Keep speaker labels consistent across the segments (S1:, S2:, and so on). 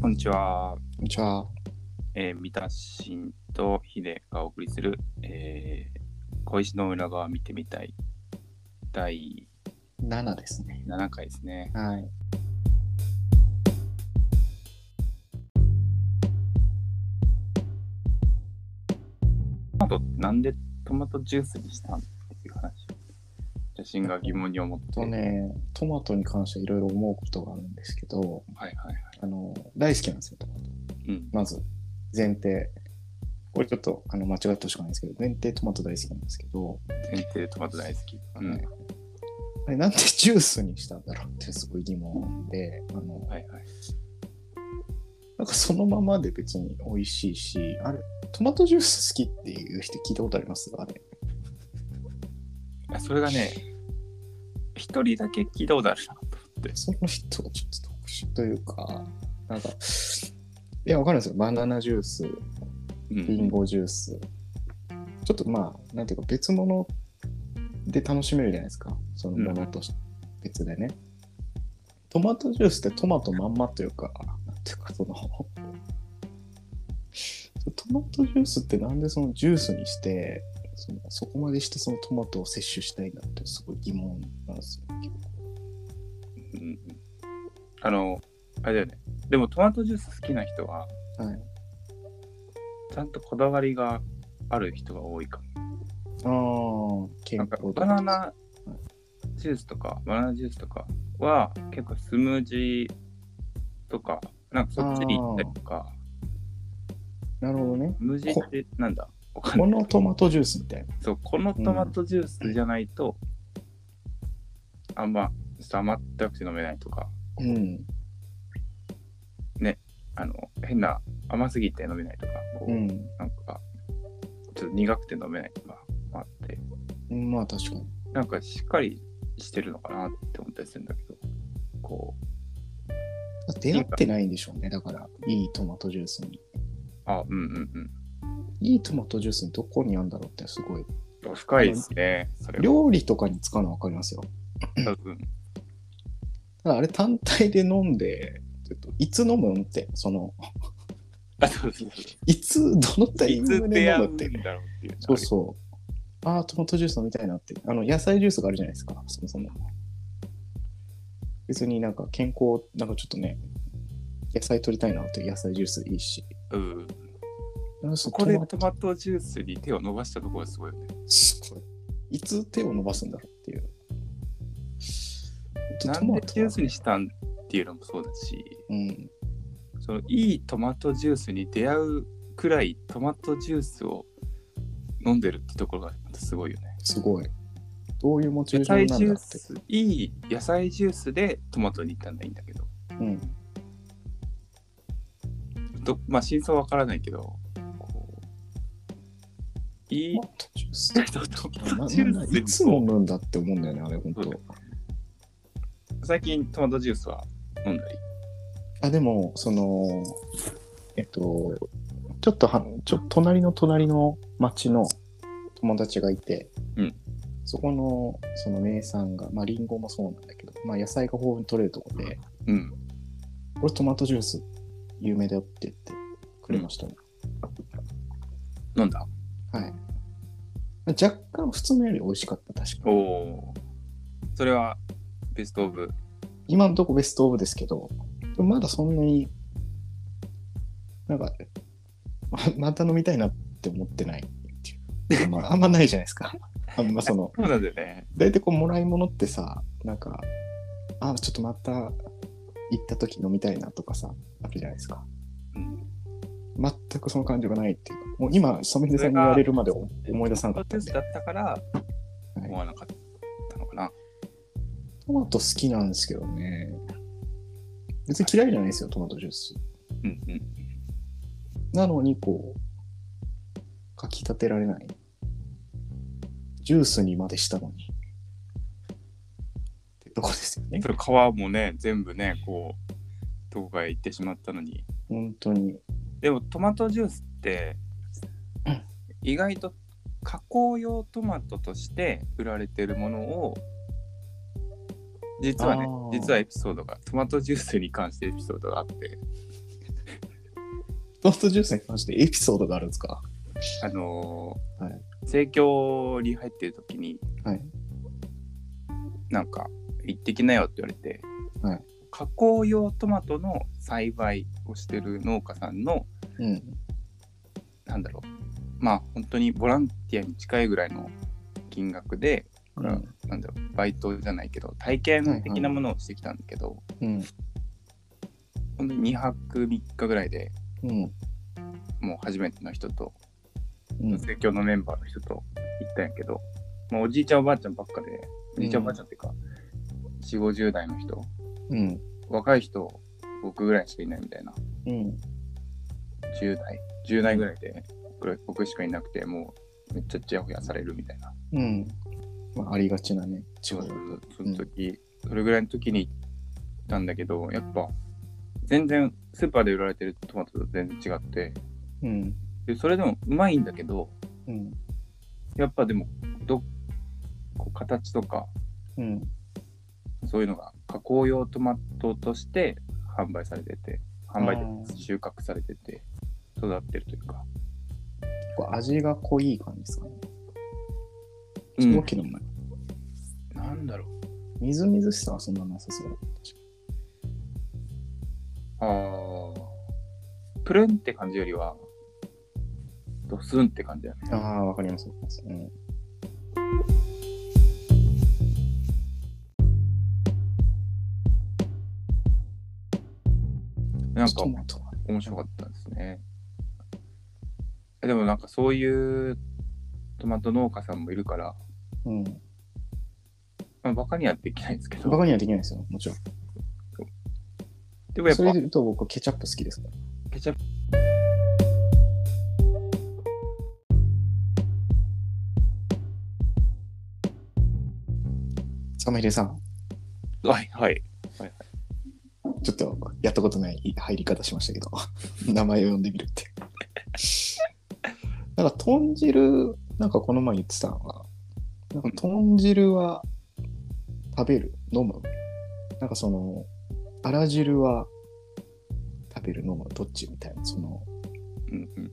S1: こんにちは。
S2: こんにちは。
S1: えー、三田新とヒデがお送りする、えー、小石の裏側見てみたい。第
S2: 7ですね。
S1: 7回ですね。
S2: はい。
S1: あと、なんでトマトジュースにしたんっていう話。写真が疑問に思って。
S2: とね、トマトに関していろいろ思うことがあるんですけど、
S1: はいはいはい。
S2: あの、大好きなんですよ、トマト。
S1: うん。
S2: まず、前提。これちょっとあの間違ってほしくないんですけど、前提トマト大好きなんですけど、
S1: 先生トマト大好き。うん。は
S2: はいいあれなんでジュースにしたんだろうってすごい疑問で、あの、
S1: はい。
S2: なんかそのままで別に美味しいし、あれ、トマトジュース好きっていう人聞いたことありますあれ。
S1: あそれがね、一人だけ聞いたことあるなと思って。
S2: その人はちょっと特殊というか、なんか、いや、わかるんですよ。バナナジュース、
S1: う
S2: リン
S1: ん。
S2: ゴジュース。ちょっとまあ、なんていうか、別物で楽しめるじゃないですか。そのものとして、別でね。トマトジュースってトマトまんまというか、なんていうか、その、トマトジュースってなんでそのジュースにして、そのそこまでしてそのトマトを摂取したいんだってすごい疑問なんですよ。
S1: うん、あの、あれだよね。でもトマトジュース好きな人は、
S2: はい。
S1: ちゃんとこだわりがある人が多いかも。
S2: ああ、健
S1: なんか
S2: 康
S1: バナナジュースとか、バナナジュースとかは結構スムージーとか、なんかそっちに行ったりとか、
S2: なるほどね。
S1: スムージーってなんだわかんな
S2: こ
S1: い
S2: のトマトジュースみたいな。
S1: そう、このトマトジュースじゃないと、あんま、ちょっと甘ったくて飲めないとか、
S2: うん。
S1: あの、変な甘すぎて飲めないとか、こう、
S2: うん。
S1: なんか、ちょっと苦くて飲めないとかもあって、
S2: うんまあ確かに。
S1: なんかしっかりしてるのかなって思ったりするんだけど、こう、
S2: 出会ってないんでしょうね。だから、いいトマトジュースに。
S1: あ、うんうんうん。
S2: いいトマトジュースにどこにあるんだろうってすごい。
S1: 深いですね。それは
S2: 料理とかに使うの分かりますよ。
S1: 多分。
S2: ただあれ単体で飲んで、ちょっといつ飲むんって、その、
S1: あ、そうそうそ
S2: いつ、どのタ
S1: う。
S2: イ
S1: い
S2: ミン
S1: つ
S2: グで
S1: 出
S2: 飲
S1: 会う
S2: む
S1: ん
S2: って。
S1: だろうっていう。
S2: そうそう。ああ、トマトジュース飲みたいなって。あの、野菜ジュースがあるじゃないですか、そもそも。別になんか健康、なんかちょっとね、野菜取りたいなっていう野菜ジュースいいし。
S1: うん。
S2: あそ
S1: ここで
S2: ト
S1: ト
S2: マ
S1: マトジュースに手を伸ばしたところがすごいよね。
S2: すごいいつ手を伸ばすんだろうっていう。
S1: な
S2: ト
S1: ん
S2: マ
S1: で
S2: ト
S1: ジュースにしたんっていうのもそうだし、
S2: うん。
S1: そのいいトマトジュースに出会うくらいトマトジュースを飲んでるってところがまたすごいよね。
S2: すごい。どういうモチベ
S1: 野
S2: ーショ
S1: 菜
S2: ンな
S1: ジ
S2: んだ
S1: ュー
S2: って。
S1: ス、いい野菜ジュースでトマトに行ったんだいいんだけど、
S2: うん。
S1: どまあ真相はわからないけど、こう、いい
S2: トマトジュース。
S1: トマ
S2: な
S1: トジュ
S2: な
S1: ース
S2: いつも飲むんだって思うんだよね、あれ、本
S1: そう
S2: 当
S1: だよ最近トマトジュースは飲んだり。
S2: あ、でも、その、えっと、ちょっとは、ちょ、隣の隣の町の友達がいて、
S1: うん
S2: そこの、その名産が、まあ、リンゴもそうなんだけど、まあ、野菜が豊富に取れるとこで、
S1: うん。
S2: これトマトジュース有名だよって言ってくれましたね。
S1: 飲んだ
S2: はい。若干普通のより美味しかった、確か
S1: お
S2: に。
S1: お。それはベストオブ。
S2: 今のとこベストオブですけど、でもまだそんなに、なんか、 ままた飲みたいなって思ってないって いう。まあ、あんまないじゃないですか。あんまその、
S1: そうなんだよね。
S2: 大体こう、もらい物ってさ、なんか、あ、ちょっとまた行った時飲みたいなとかさ、あるじゃないですか。
S1: うん。
S2: 全くその感情がないっていうか、もう今、サムヒデさんに言われるまで思い出さな
S1: トマ
S2: かっ
S1: ト
S2: たん
S1: ジュー
S2: で
S1: スだ。ったから
S2: はい
S1: 思わなかったのかな。
S2: トマト好きなんですけどね。別に嫌いじゃないですよ、トマトジュース。
S1: うんうん。
S2: なのに、こう、かき立てられない。ジュースにまでしたのに。ってとこですよね
S1: そ。れ皮もね、全部ね、こう、どこかへ行ってしまったのに。
S2: 本当に。
S1: でもトマトジュースって
S2: うん
S1: 意外と加工用トマトとして売られてるものを実はね
S2: あー
S1: 実はエピソードがトマトジュースに関してエピソードがあって
S2: トマトジュースに関してエピソードがあるんですか
S1: あのー
S2: はい
S1: 生協に入ってる時に、
S2: はい
S1: なんか行ってきなよって言われて、
S2: はい
S1: 加工用トマトの栽培をしてる農家さんの
S2: うん。
S1: なんだろうまあ本当にボランティアに近いぐらいの金額で、
S2: うん。
S1: なんだろうバイトじゃないけど体験的なものをしてきたんだけど、
S2: うん。
S1: ほんとに2泊3日ぐらいで
S2: うん。
S1: もう初めての人と
S2: うん。
S1: 生協のメンバーの人と行ったんやけど、まあ、おじいちゃんおばあちゃんばっかでおじいちゃんおばあちゃんっていうか、4 5 0代の人
S2: うん。
S1: 若い人僕ぐらいしかいないみたいな
S2: うん。
S1: 10代10代ぐらいで僕僕しかいなくてもうめっちゃちやほやされるみたいな
S2: うん。まあ、ありがちなね、地
S1: そ
S2: 方
S1: う
S2: だ
S1: そ
S2: と
S1: うそうその時、それぐらいの時に行ったんだけどやっぱ全然スーパーで売られてるトマトと全然違って
S2: うん。
S1: でそれでもうまいんだけど
S2: うん。
S1: やっぱでもどこう形とか
S2: うん。
S1: そういうのが加工用トマトとして販売されてて、販売
S2: う
S1: で収穫されてて、育ってるというか。
S2: こう味が濃い感じですかね。
S1: う
S2: そうんいうわけでもない。
S1: なんだろう。
S2: みずみずしさはそんななさそうだ。
S1: ああ。プルンって感じよりは、ドスンって感じだね。
S2: ああ、わかります。わかります。うん。
S1: なんか
S2: トマトはね
S1: 面白かったですね。えでもなんかそういうトマト農家さんもいるから、
S2: うん。
S1: まあ、バカにはできないですけ
S2: バ
S1: ど、
S2: カにはできないですよ、もちろん。
S1: でもやっ
S2: そ
S1: ぱ
S2: れで言うと僕はケチャップ好きですから。
S1: ケチャップ。
S2: サムヒデさん、
S1: はいはい。
S2: ちょっとやったことない入り方しましたけど、 名前を呼んでみるって。 なんか豚汁、なんかこの前言ってたのが、なんか豚汁は食べる、飲む。なんかその、あら汁は食べる、飲む、どっちみたいな、その、
S1: うんうん。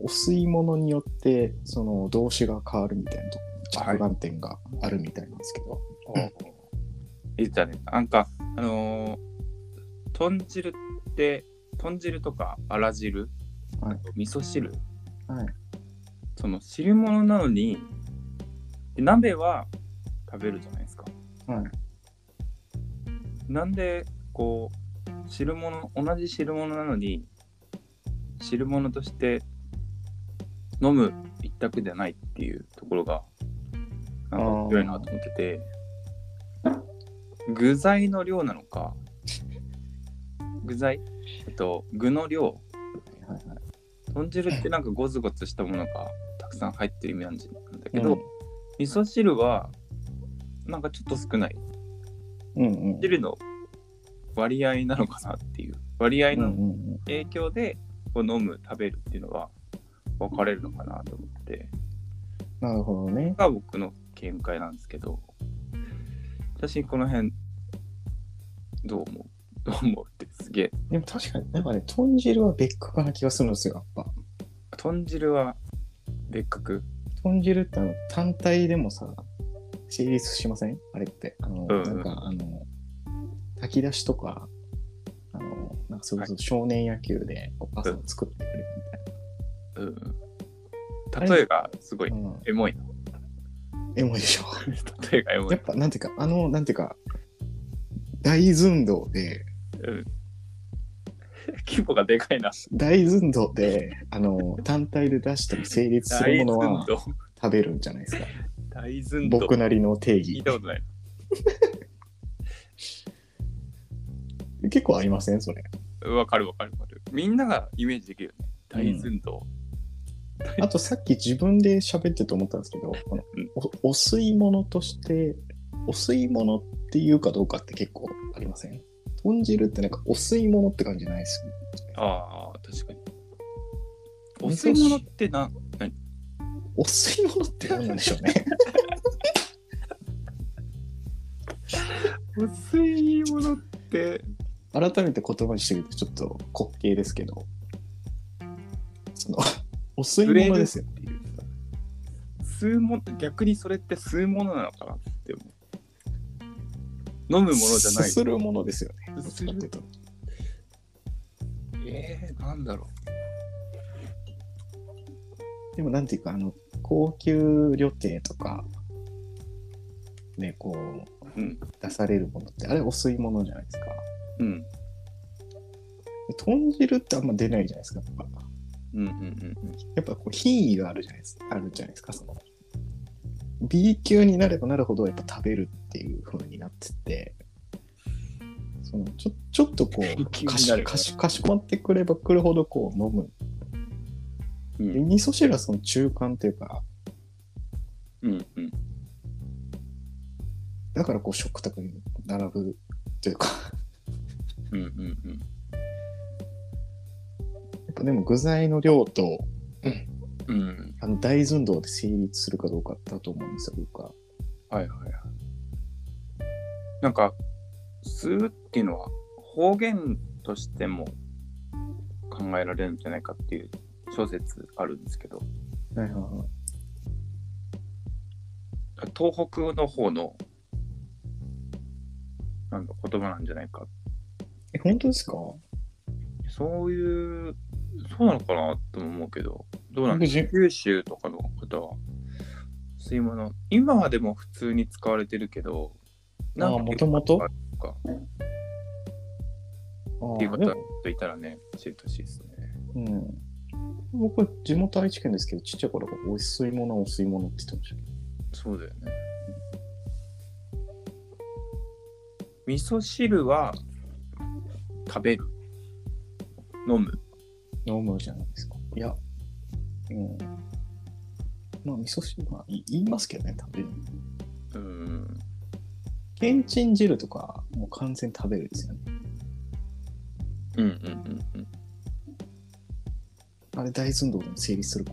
S2: お吸い物によって、その動詞が変わるみたいなとこ
S1: はい
S2: 着眼点があるみたいなんですけど、
S1: いつだね。なんか、あのー豚汁って、豚汁とかあら汁、
S2: は
S1: あ
S2: い
S1: と味噌汁、
S2: はい
S1: その汁物なのに、で鍋は食べるじゃないですか。
S2: はい
S1: なんで、こう、汁物、同じ汁物なのに、汁物として飲む一択じゃないっていうところが、なんか面白いなと思ってて、具材の量なのか、具材えっと、具の量。
S2: はいはい。
S1: 豚汁ってなんかゴツゴツしたものがたくさん入ってる意味なんじゃなんだけど、
S2: うん
S1: 味噌汁はなんかちょっと少ない。
S2: うんうん。
S1: 汁の割合なのかなっていう。割合
S2: うんう
S1: の
S2: んうん
S1: 影響でこう飲む、食べるっていうのは分かれるのかなと思って。
S2: なるほどね。
S1: が僕の見解なんですけど、私この辺、どう思う どう思うってすげえ。
S2: でも確かに、なんかね、豚汁は別格な気がするんですよ、やっぱ。
S1: 豚汁は別格。
S2: 豚汁ってあの単体でもさ、成立しませんあれって。あの、
S1: うんうん
S2: なんかあの、炊き出しとか、あの、なんかそれこそ少年野球でお母さんが作ってくれる
S1: うん。例えがすごい
S2: みたいな。うん。
S1: エ モいな。
S2: エモいでしょ。
S1: 例えがエモ
S2: や
S1: い
S2: っ。ぱ、なんていうか、あの、なんていうか、大寸胴で、
S1: うん。規模がでかいな。
S2: 大寸胴で、あの、単体で出しても成立する
S1: 大
S2: もの
S1: 寸
S2: は
S1: 胴。
S2: 食べるんじゃないですか。
S1: 大寸胴。
S2: 僕なりの
S1: 聞
S2: 定
S1: い
S2: 義。
S1: たことない。
S2: 結構ありませんそれ。
S1: わかるわかるわかる。みんながイメージできるよね。大寸胴。
S2: あとさっき自分で喋ってて思ったんですけど、この
S1: うん
S2: おお吸い物として、お吸い物っていうかどうかって結構ありません豚汁ってなんかお吸い物って感じじゃないですよね。
S1: ああ、確かに。お
S2: 味噌汁
S1: 吸い物ってな、
S2: お吸い物って何なんでしょう ね。
S1: お吸い物って、
S2: 改めて言葉にしてみるとちょっと滑稽ですけど、つうのお吸い物ですよ。
S1: っていうさ吸うもの逆にそれって吸うものなのかなって思う飲むものじゃない
S2: すするものですよね。どっ
S1: す
S2: ちかってい
S1: る
S2: うと。
S1: えー、なんだろ
S2: でもなんていうか、あの、高級旅程とか、ね、こう、
S1: うん
S2: 出されるものって、あれお吸い物じゃないですか。
S1: う、うん、
S2: で豚汁ってあんま出ないじゃないですか。やっぱ、
S1: うんうんうん
S2: やっぱこう品位があるじゃないですか。あるじゃないですか、その。B 級になればなるほど、やっぱ食べるっていう風になってて、そのちょちょっとこ
S1: B
S2: う
S1: 級
S2: か
S1: に
S2: し
S1: なれば
S2: かし、かしこまってくればくるほどこう飲む。
S1: うん
S2: で、味噌汁はその中間というか、
S1: うんうん
S2: だからこう食卓に並ぶというか、
S1: うんうんうん
S2: やっぱでも具材の量と
S1: うん
S2: あの大寸胴で成立するかどうかだと思うんですよ、僕は。
S1: はいはいはいなんか吸うっていうのは方言としても考えられるんじゃないかっていう小説あるんですけど
S2: はいはいはい。
S1: 東北の方のなんだ言葉なんじゃないか
S2: え、本当ですか
S1: そういうそうなのかなとも思うけどどうなん
S2: 僕
S1: です
S2: じ
S1: か九州とかの方は吸い物今はでも普通に使われてるけど
S2: ああ、もともと
S1: あかっていう方ちょっといたらね教えてほしいですね
S2: うん。僕は地元愛知県ですけど、ちっちゃい頃からお吸い物、お吸い物って言ってましたけ
S1: そうだよね味噌汁は食べる飲む
S2: ど。飲むじゃないですか。いや、うん。まあ、味噌汁、まあ、い言いますけどね、食べる。
S1: うん
S2: けんちん汁とか、もう完全に食べるですよね。
S1: うんうんうんうん
S2: あれ、大寸胴でも成立するか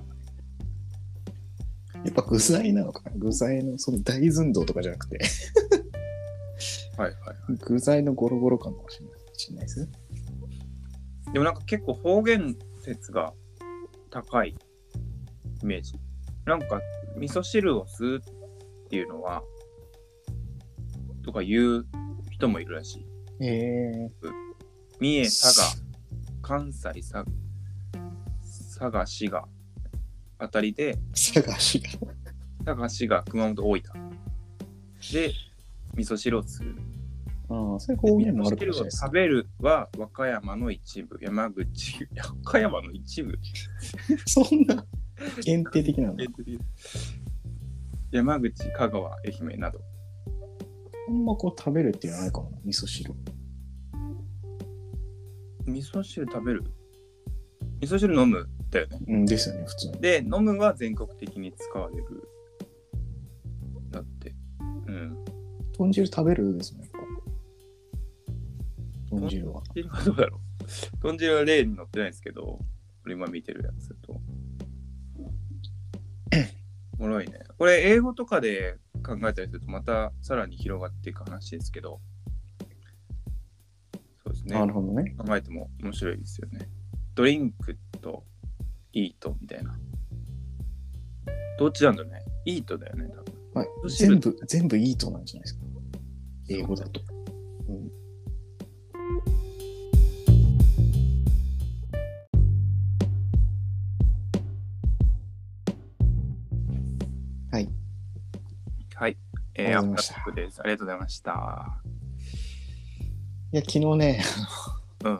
S2: らね。やっぱ具材なのかな具材の、その大寸胴とかじゃなくて、
S1: はいはいは
S2: 具材のゴロゴロ感かもしれないしれないですね。
S1: い。でもなんか結構方言説が高いイメージ。なんか味噌汁を吸うっていうのは、とか言う人もいるらしい。
S2: ええ
S1: 三重、佐賀、関西、佐佐賀、滋賀あたりで、
S2: 探しが。
S1: 佐賀、滋賀、熊本、大分。で、味噌汁を吸う。
S2: ああ、そういう方言もあるか
S1: 味噌汁を
S2: もしれないですね
S1: 食。べるは和歌山の一部、山口、和歌山の一部
S2: そんな限定的なの
S1: えっと山口、香川、愛媛など。
S2: あんまこう食べるっていうのはないかもな、味噌汁。
S1: 味噌汁食べる味噌汁飲むだよね。
S2: うんですよね、普通に。
S1: で、飲むは全国的に使われる。だって。うん。
S2: 豚汁食べるですね、やっぱ豚汁は。
S1: 豚汁はどうだろう豚汁は例に載ってないですけど、これ今見てるやつだと。おもろいね。これ英語とかで考えたりするとまたさらに広がっていく話ですけど。そうですね。
S2: なるほどね。
S1: 考えても面白いですよね。ドリンクとイートみたいな。どっちなんだろうね。イートだよね、多分。
S2: まあ
S1: 噌、汁
S2: 全部、全部いいとなんじゃないですか。英語だと。うんはい。
S1: はい。えー、
S2: あ
S1: ア
S2: り
S1: ッ
S2: がとうございま
S1: プ
S2: した
S1: ップです。ありがとうございました。
S2: いや、昨日ね、
S1: うん。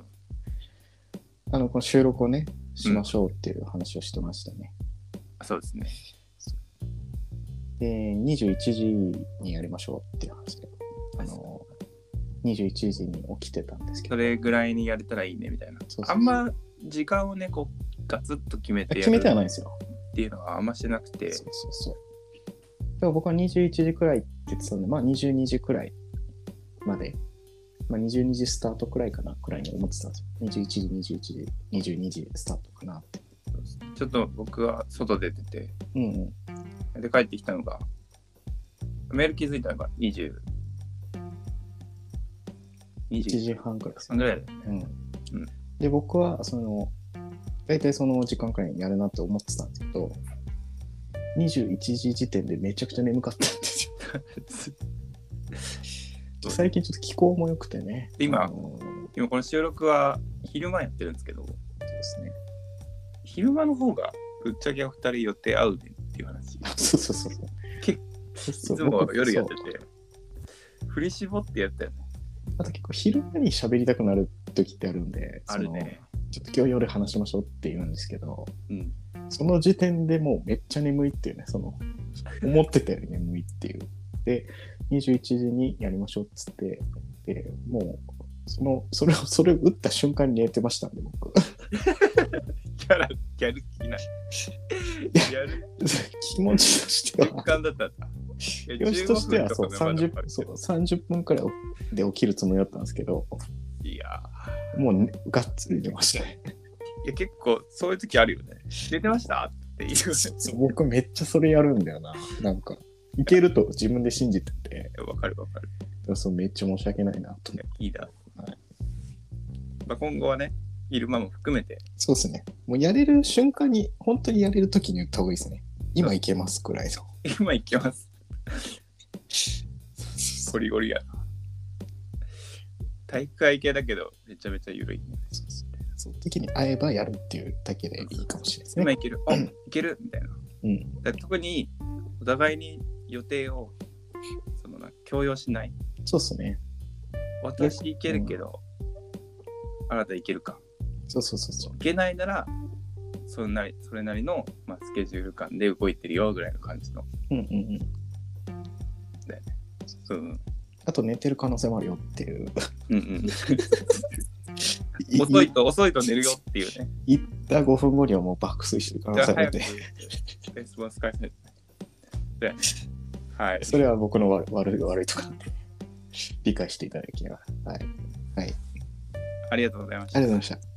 S2: あの、この収録をね、しましょうっていう話をしてましたね。
S1: そうですね。
S2: で、21時にやりましょうっていう話で、あの、21時に起きてたんですけ
S1: そ
S2: ど、
S1: れぐらいにやれたらいいね、みたいな。
S2: そうそうそ
S1: あ
S2: うん
S1: ま時間をね、こう、ガツッと決めてや
S2: 決め
S1: る
S2: てはないんですよ。
S1: っていうのはあんましてなくて。
S2: そうそうそう。でも僕は21時くらいって言ってたんで、まあ22時くらいまで、まあ22時スタートくらいかな、くらいに思ってたんですよ。21時、21時、22時スタートかなって。
S1: ちょっと僕は外出てて、
S2: うんうん。
S1: で、帰ってきたのが、メール気づいたのが20、
S2: 1
S1: 21
S2: 時半くらいですね
S1: ぐらいだよね。
S2: うん
S1: うん
S2: で僕はその大体その時間くらいにやるなって思ってたんですけど、21時時点でめちゃくちゃ眠かったんですよ。最近ちょっと気候も良くてね。
S1: 今
S2: あの そう
S1: 今この収録は昼間やってるんですけど、
S2: ですね。
S1: 昼間の方がぶっちゃけお二人予定合うねっていう話。い
S2: そうそうそう
S1: 結
S2: そ
S1: つ
S2: う。
S1: も夜やっ
S2: 僕
S1: て
S2: そう
S1: て、振り絞ってやったよね。
S2: あと結構昼間に喋りたくなる時ってあるんで、
S1: あるね。
S2: その。ちょっと今日夜話しましょうって言うんですけど、
S1: うん。
S2: その時点でもうめっちゃ眠いっていうね、その、思ってたより眠いっていう。で、21時にやりましょうっつって、で、もう、その、それを、それを打った瞬間に寝てましたんで、僕。
S1: キャラ、ギャル気ない。ギャル
S2: 気持ちとして
S1: 実
S2: は、
S1: 感だ ったんだ。いや
S2: 気持ちとしては、
S1: 15
S2: そう、
S1: 分とかまだ
S2: 30分、そう、30分くらいで起きるつもりだったんですけど、
S1: いや
S2: もうね、がっつり寝ましたね。
S1: ーいや結構そういう時あるよね。出てましたっていう。
S2: そう僕めっちゃそれやるんだよな。なんか、いけると自分で信じてて、だか
S1: わかるわかる。
S2: らそうめっちゃ申し訳ないなと
S1: い
S2: 思って
S1: や、いいだ。
S2: はい
S1: まあ、今後はね、昼間も含めて、
S2: そうですね。もうやれる瞬間に、本当にやれる時に言った方がいいですね。今いけますくらいの。
S1: 今行きます。ゴリゴリやな。体育会系だけど、めちゃめちゃ緩い、ね。
S2: そうそうその時に会えばやるっていうだけでいいかもしれないです
S1: 今
S2: ね。
S1: 行ける、あ行けるみたいな。
S2: うん。
S1: だから特に、お互いに予定を、そのな、強要しない。
S2: そうですね。
S1: 私行けるけど、あなた行けるか。
S2: そうそうそうそう。
S1: 行けないなら、それなりそれなりの、まあ、スケジュール感で動いてるよぐらいの感じの。
S2: うんうんうん。
S1: うん。
S2: あと寝てる可能性もあるよっていう。
S1: うんうん。遅いと遅いと寝るよっていうね。
S2: 行った5分後にはもう爆睡してる可
S1: じゃ
S2: 能
S1: あ
S2: 性もあ
S1: 早
S2: るん
S1: く
S2: で。
S1: レスポンス返せ。で、はい。
S2: それは僕の悪悪い悪いとかって理解していただきながら。はい。
S1: ありがとうございました
S2: ありがとうございました。